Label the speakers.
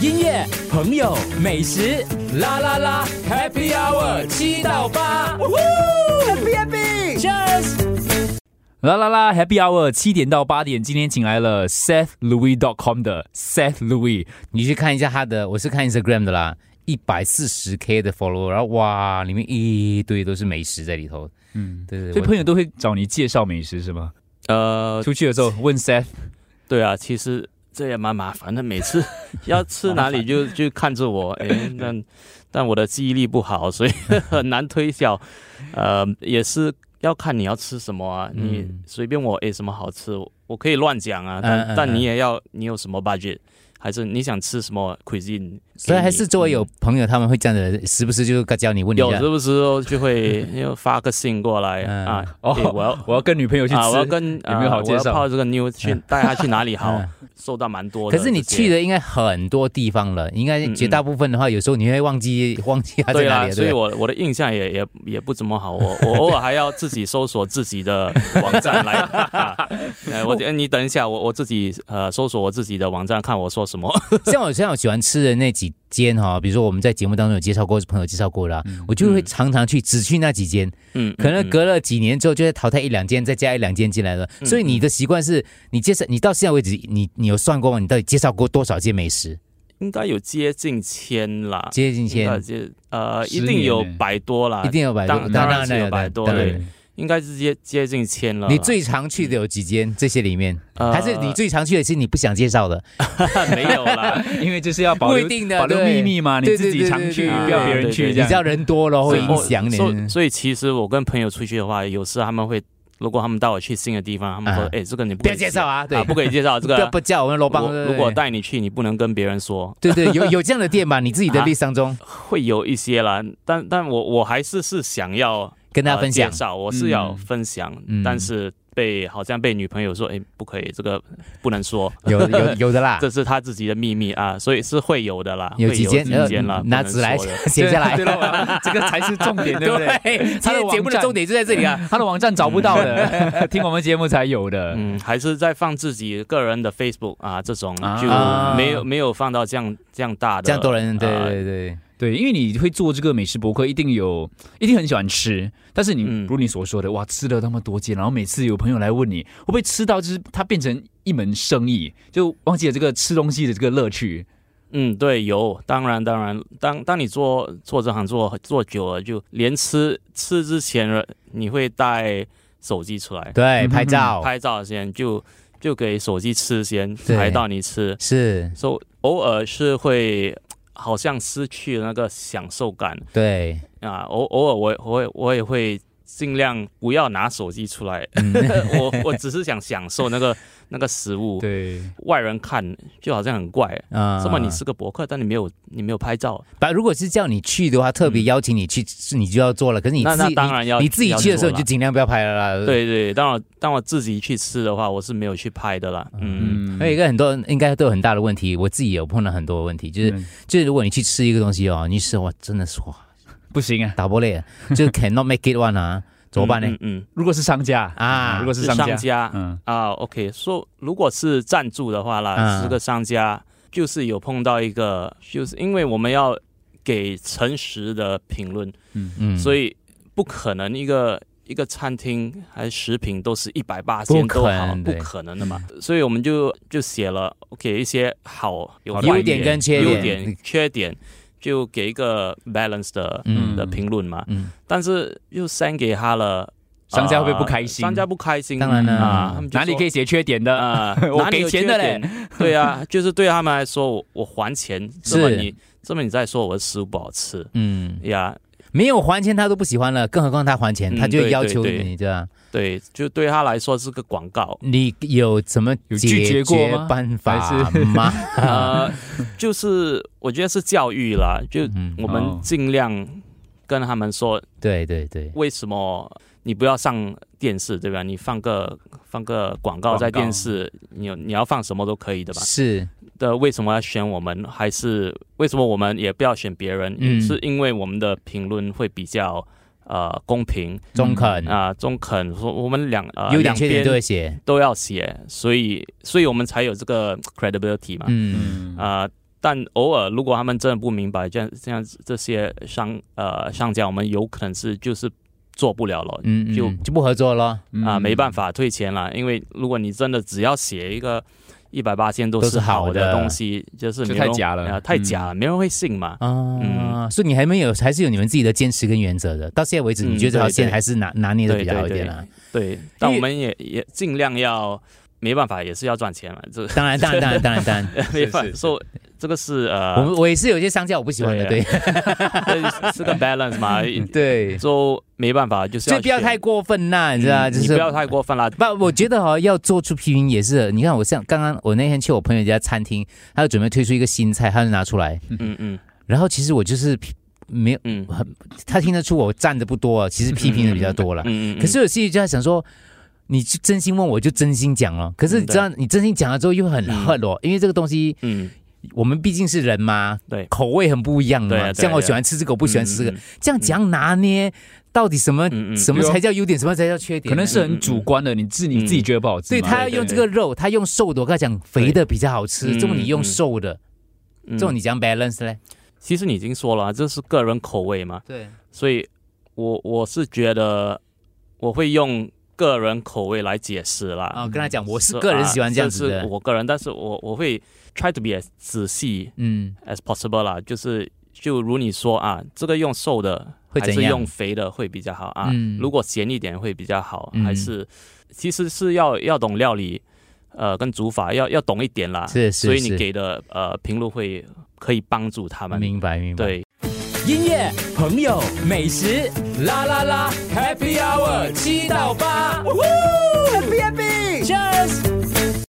Speaker 1: 音乐、朋友、美食，啦啦啦，Happy Hour 七到八，Happy Happy，Cheers。啦啦啦，Happy Hour 七点到八点，今天请来了 Seth Louis dot com 的 Seth Louis，
Speaker 2: 你去看一下他的，我是看 Instagram 的啦，一百四十 K 的 follow，然后哇，里面一堆都是美食在里头，嗯，对
Speaker 1: 所
Speaker 2: 对
Speaker 1: 以
Speaker 2: 对，
Speaker 1: 朋友都会找你介绍美食是吗？
Speaker 3: 呃，
Speaker 1: 出去的时候问 Seth，
Speaker 3: 对啊，其实这也蛮麻烦的，每 次要吃哪里就就看着我，哎，但但我的记忆力不好，所以很难推 销。呃，也是要看你要吃什么啊，你
Speaker 2: 嗯
Speaker 3: 随便我哎什么好吃，我可以乱讲啊，
Speaker 2: 嗯嗯
Speaker 3: 但但
Speaker 2: 嗯
Speaker 3: 你也要你有什么 budget，还是你想吃什么 cuisine？
Speaker 2: 所以还是周围有
Speaker 3: 嗯
Speaker 2: 朋友他们会这样的，时不时就叫你问你一
Speaker 3: 有
Speaker 2: 下
Speaker 3: 时，不时就会又发个信过来
Speaker 2: 嗯
Speaker 3: 啊，
Speaker 1: 哦
Speaker 3: 哎我要。
Speaker 1: 我要跟女朋友去吃，
Speaker 3: 啊，我要跟
Speaker 1: 有没有
Speaker 3: 啊
Speaker 1: 好介绍
Speaker 3: 我要泡这个妞去
Speaker 2: 嗯
Speaker 3: 带她去哪里好
Speaker 2: 嗯，
Speaker 3: 受到蛮多的
Speaker 2: 可
Speaker 3: 这
Speaker 2: 是
Speaker 3: 些。
Speaker 2: 你去的应该很多地方了，应该
Speaker 3: 嗯嗯
Speaker 2: 绝大部分的话，有时候你会忘记忘记他在
Speaker 3: 对
Speaker 2: 哪里
Speaker 3: 啊，
Speaker 2: 了，
Speaker 3: 所以
Speaker 2: 对不对
Speaker 3: 我我的印象也也也不怎么好，我我偶尔还要自己搜索自己的网站来。 啊哎，我
Speaker 2: 哦
Speaker 3: 你等一下，我我自己呃搜索我自己的网站看我说什么。
Speaker 2: 像我像我喜欢吃的那几间哈，比如说我们在节目当中有介绍过，朋友介绍过啦，我就会
Speaker 3: 嗯
Speaker 2: 常常去，只去那几间，
Speaker 3: 嗯，
Speaker 2: 可能
Speaker 3: 嗯
Speaker 2: 隔了几年之后就会淘汰一两间，再加一两间进来了。所以你的习惯是你介绍，你到现在为止，你你有算过吗？你到底介绍过多少间美食？
Speaker 3: 应该有接近千啦，
Speaker 2: 接近
Speaker 3: 应该有
Speaker 2: 千，
Speaker 3: 接呃
Speaker 1: 十
Speaker 3: 一定有
Speaker 1: 年呢
Speaker 3: 百多啦，
Speaker 2: 一定有百多，
Speaker 3: 啊当当然是
Speaker 2: 有
Speaker 3: 有百多
Speaker 2: 当然
Speaker 3: 对应该是接接近千了啦。
Speaker 2: 你最常去的有几间？这些里面，
Speaker 3: 呃
Speaker 2: 还是你最常去的是你不想介绍的？
Speaker 3: 没有啦，
Speaker 1: 因为就是要保 留
Speaker 2: 不一定的
Speaker 1: 保留
Speaker 2: 对
Speaker 1: 秘密嘛，你
Speaker 2: 对
Speaker 1: 自己
Speaker 2: 对对
Speaker 1: 常
Speaker 2: 对
Speaker 1: 去，
Speaker 2: 对
Speaker 1: 不要别人
Speaker 3: 对
Speaker 1: 去
Speaker 3: 对
Speaker 1: 这
Speaker 2: 比
Speaker 1: 样。
Speaker 2: 较人多了
Speaker 3: 所
Speaker 2: 会
Speaker 3: 以
Speaker 2: 哦影
Speaker 3: 我
Speaker 2: 响你。
Speaker 3: 所以所以其实我跟朋友出去的话，有时他们会，如果他们带我去新的地方，他们说
Speaker 2: 啊：“
Speaker 3: 哎、这个你不
Speaker 2: 不
Speaker 3: 可
Speaker 2: 要
Speaker 3: 以
Speaker 2: 介绍啊，对，
Speaker 3: 啊，不可以介绍这
Speaker 2: 不
Speaker 3: 个
Speaker 2: 要
Speaker 3: 啊。
Speaker 2: 不叫我们罗邦。
Speaker 3: 我
Speaker 2: 对
Speaker 3: 如果带你去，你不能跟别人说，
Speaker 2: 对对，有有这样的店吗？你自己
Speaker 3: 啊
Speaker 2: 的 list 当中
Speaker 3: 会有一些啦。但但我我还是是想要
Speaker 2: 跟大家
Speaker 3: 呃
Speaker 2: 分享
Speaker 3: 介。绍，我是要
Speaker 1: 嗯
Speaker 3: 分享，
Speaker 2: 嗯
Speaker 3: 但是被好像被女朋友说，哎，不可以，这个不能说，
Speaker 2: 有有有的啦，
Speaker 3: 这是她自己的秘密啊，所以是会有的啦，
Speaker 2: 有
Speaker 3: 会
Speaker 2: 几
Speaker 3: 有
Speaker 2: 间
Speaker 3: 几间啦，
Speaker 2: 呃
Speaker 3: 不
Speaker 2: 拿
Speaker 3: 能
Speaker 2: 纸来
Speaker 3: 说的
Speaker 2: 写下来
Speaker 1: 对。 了，这个才是重 点，对不对？
Speaker 2: 今
Speaker 1: 他的
Speaker 2: 天
Speaker 1: 网
Speaker 2: 节目的
Speaker 1: 站
Speaker 2: 重点就在这里啊。
Speaker 1: 他的网站找不到
Speaker 2: 嗯
Speaker 1: 的， 听我们节目才有的。
Speaker 3: 嗯，还是在放自己个人的 Facebook 啊，这种
Speaker 1: 啊
Speaker 3: 就没有、没有放到这样这样大的
Speaker 2: 这样多人，对
Speaker 3: 呃
Speaker 2: 对对，
Speaker 1: 对，因为你会做这个美食博客，一定有，一定很喜欢吃。但是你
Speaker 3: 嗯
Speaker 1: 如你所说的，哇，吃了那么多间，然后每次有朋友来问你，会不会吃到就是它变成一门生意，就忘记了这个吃东西的这个乐趣。
Speaker 3: 嗯，对，有，当然当然，当当你做做这行做做久了，就连吃吃之前了，你会带手机出来
Speaker 2: 对，
Speaker 1: 嗯
Speaker 2: 拍照
Speaker 3: 拍照先，就就给手机吃先，
Speaker 2: 对
Speaker 3: 拍到你吃，
Speaker 2: 是，
Speaker 3: 所、以偶尔是会好像失去了那个享受感
Speaker 2: 对，
Speaker 3: 啊，偶偶尔我我也我也会尽量不要拿手机出来，
Speaker 2: 嗯
Speaker 3: 我我只是想享受那个那个食物，
Speaker 1: 对，
Speaker 3: 外人看就好像很怪。
Speaker 2: 啊
Speaker 3: 这么你是个博客，但你没有你没有拍照，
Speaker 2: 把如果是叫你去的话，特别邀请你去，是你就要做了。可是你
Speaker 3: 那
Speaker 2: 自
Speaker 3: 那
Speaker 2: 己
Speaker 3: 当然要
Speaker 2: 你自己去的时
Speaker 3: 要做
Speaker 2: 候，你
Speaker 3: 啦
Speaker 2: 就尽量不要拍了啦。。
Speaker 3: 对对，当我当我自己去吃的话，我是没有去拍的啦。嗯，
Speaker 1: 嗯
Speaker 2: 还有一个很多人应该都有很大的问题，我自己有碰到很多问题，就是、就是如果你去吃一个东西哦，你吃哇真的是哇
Speaker 1: 不行啊。
Speaker 2: 打破裂，就是 cannot make it one 啊，怎么办呢？
Speaker 3: 嗯嗯，
Speaker 1: 如果是商家
Speaker 2: 啊
Speaker 1: 如果是
Speaker 3: 商
Speaker 1: 商家，
Speaker 3: 家
Speaker 1: 嗯，
Speaker 3: 啊，OK，说如果是赞助的话啦，
Speaker 2: 嗯
Speaker 3: 是个商家，就是有碰到一个，就是因为我们要给诚实的评论，
Speaker 2: 嗯，
Speaker 3: 所
Speaker 2: 以
Speaker 3: 以不可能一个一个餐厅还是食品都是一百八
Speaker 2: 不
Speaker 3: 千
Speaker 2: 可
Speaker 3: 都好，
Speaker 2: 能
Speaker 3: 不
Speaker 2: 对
Speaker 3: 可能的嘛。
Speaker 1: 嗯
Speaker 3: 所以我们就就写了给一些好有
Speaker 1: 好的
Speaker 3: 坏
Speaker 1: 优点
Speaker 2: 跟缺点
Speaker 3: 优点缺点，就给一个 balance 的、
Speaker 2: 嗯
Speaker 3: 的评论嘛。
Speaker 2: 嗯，
Speaker 3: 但是又 send 给他了，
Speaker 1: 商家会不会不
Speaker 3: 呃
Speaker 1: 开心
Speaker 3: 商家不开心，
Speaker 2: 当然了
Speaker 3: 啊，他们
Speaker 1: 嗯
Speaker 3: 就
Speaker 1: 哪里
Speaker 3: 说
Speaker 1: 可以写缺点的？，
Speaker 3: 啊
Speaker 1: 我
Speaker 3: 哪里
Speaker 1: 给
Speaker 3: 有
Speaker 1: 钱
Speaker 3: 缺
Speaker 1: 的嘞
Speaker 3: 点， 对啊，就是对他们来说，我我还钱，这么
Speaker 2: 是
Speaker 3: 你这么你在说我的食物不好吃
Speaker 2: 嗯，
Speaker 3: 呀
Speaker 2: 没有还钱他都不喜欢了，更何况他还钱，
Speaker 3: 嗯
Speaker 2: 他就
Speaker 3: 对
Speaker 2: 要求
Speaker 3: 对对
Speaker 2: 你，对吧？
Speaker 3: 对，就对他来说是个广 告，
Speaker 2: 你有怎么
Speaker 1: 有
Speaker 2: 解
Speaker 1: 拒绝过
Speaker 2: 决
Speaker 1: 吗
Speaker 2: 办法
Speaker 1: 还是
Speaker 2: 吗？
Speaker 3: 呃，就是我觉得是教育啦，就
Speaker 2: 嗯，
Speaker 3: 我们尽量跟他们说，
Speaker 2: 对对对，
Speaker 3: 为什么你不要上电视，对吧？你放个放个广告
Speaker 1: 广告
Speaker 3: 在电视，你有你要放什么都可以的吧？
Speaker 2: 是
Speaker 3: 的为什么要选我们？还是为什么我们也不要选别人？
Speaker 2: 嗯
Speaker 3: 是因为我们的评论会比较呃公平
Speaker 2: 中肯，
Speaker 3: 啊、中肯，说我们两呃
Speaker 2: 嗯优点
Speaker 3: 两
Speaker 2: 缺点
Speaker 3: 边
Speaker 2: 都会写，
Speaker 3: 都要写，所以所以我们才有这个 credibility 嘛。
Speaker 2: 嗯，
Speaker 1: 嗯，
Speaker 3: 啊、但偶尔如果他们真的不明白，这样这样这些商呃商家，我们有可能是就是做不了了，
Speaker 2: 嗯，
Speaker 3: 就
Speaker 2: 就就不合作了，
Speaker 1: 嗯
Speaker 3: 啊、没办
Speaker 1: 法，
Speaker 3: 法退钱了，因为如果你真的只要写一个一百八千都
Speaker 2: 都是
Speaker 3: 是好
Speaker 2: 好的
Speaker 3: 东西，就是
Speaker 1: 就
Speaker 3: 没
Speaker 1: 太
Speaker 3: 人
Speaker 1: 假了
Speaker 3: 啊太假了，没人会信嘛。嗯
Speaker 2: 啊，所以你还没有，还是有你们自己的坚持跟原则的。到现在为止，
Speaker 3: 嗯
Speaker 2: 你觉得这条
Speaker 3: 对
Speaker 2: 线
Speaker 3: 对
Speaker 2: 还是拿拿捏的
Speaker 3: 对
Speaker 2: 比较
Speaker 3: 对
Speaker 2: 好一点啊？
Speaker 3: 对，但我们也也尽量要，没办法，也是要赚钱嘛，这
Speaker 2: 当然，当然，当然，当然，当然。
Speaker 3: 没
Speaker 1: 是
Speaker 3: 办法，
Speaker 1: 是
Speaker 3: 说这个是
Speaker 2: 我
Speaker 3: 呃，
Speaker 2: 们我也是有一些商家我不喜欢的，
Speaker 3: 对
Speaker 2: 对
Speaker 3: 这 是个 balance 嘛，
Speaker 2: 对，
Speaker 3: 就没办法，就是
Speaker 2: 所
Speaker 3: 要
Speaker 2: 以不要
Speaker 3: 选
Speaker 2: 太过分啦，你知道，
Speaker 3: 嗯
Speaker 2: 就
Speaker 3: 你
Speaker 2: 是
Speaker 3: 不要太过分 啦。
Speaker 2: 不，我觉得哈、要做出批评也是。你看，我像刚刚我那天去我朋友家餐厅，他就准备推出一个新菜，他就拿出来，
Speaker 3: 嗯嗯
Speaker 2: 然后其实我就是批没有，
Speaker 3: 嗯嗯
Speaker 2: 他听得出我站的不多，其实批评的比较多了。
Speaker 3: 嗯，嗯
Speaker 2: 可是我心里就在想说，你就真心问我就真心讲
Speaker 3: 嗯
Speaker 2: 了，可是你知道你真心讲了之后又很恨哦，因为这个东西
Speaker 3: 嗯，
Speaker 2: 我们毕竟是人嘛，
Speaker 3: 对
Speaker 2: 口味很不一样的
Speaker 3: 对
Speaker 2: 嘛。
Speaker 3: 啊对啊
Speaker 2: 像我
Speaker 3: 对啊
Speaker 2: 喜欢吃这个，我不喜欢吃这个
Speaker 3: 嗯，
Speaker 2: 这样讲拿捏到底什么
Speaker 3: 嗯嗯
Speaker 2: 什么才叫优点，什么才叫缺点？
Speaker 1: 可能是很主观的，你自你自己觉得不好吃
Speaker 2: 所
Speaker 1: 嘛，
Speaker 2: 以他要
Speaker 3: 对对
Speaker 2: 用这个肉，他用瘦的，我跟他讲肥的比较好吃，
Speaker 3: 嗯
Speaker 2: 这种你用瘦的，
Speaker 3: 嗯
Speaker 2: 这种你讲 balance 嘞？
Speaker 3: 其实你已经说了啊，这是个人口味嘛，
Speaker 2: 对，
Speaker 3: 所以我我是觉得我会用个人口味来解释啦。
Speaker 2: 啊，我跟他讲我是
Speaker 3: 啊
Speaker 2: 个人喜欢这样子
Speaker 3: 是
Speaker 2: 的，
Speaker 3: 我个人，但是我我会 try to be as 仔细
Speaker 2: 嗯，
Speaker 3: as possible 啦，就是就如你说啊，这个用瘦的
Speaker 2: 会
Speaker 3: 还
Speaker 2: 怎
Speaker 3: 是
Speaker 2: 样
Speaker 3: 用？肥的会比较好啊？
Speaker 2: 嗯
Speaker 3: 如果咸一点会比较好，
Speaker 2: 嗯
Speaker 3: 还是其实是要要懂料理，呃，跟煮法要要懂一点啦。
Speaker 2: 是是
Speaker 3: 所以你
Speaker 2: 是
Speaker 3: 给的呃评论会可以帮助他们。
Speaker 2: 明白明白。
Speaker 3: 对，
Speaker 1: 音乐、朋友、美食，啦啦啦，Happy Hour 七到八，Happy Happy。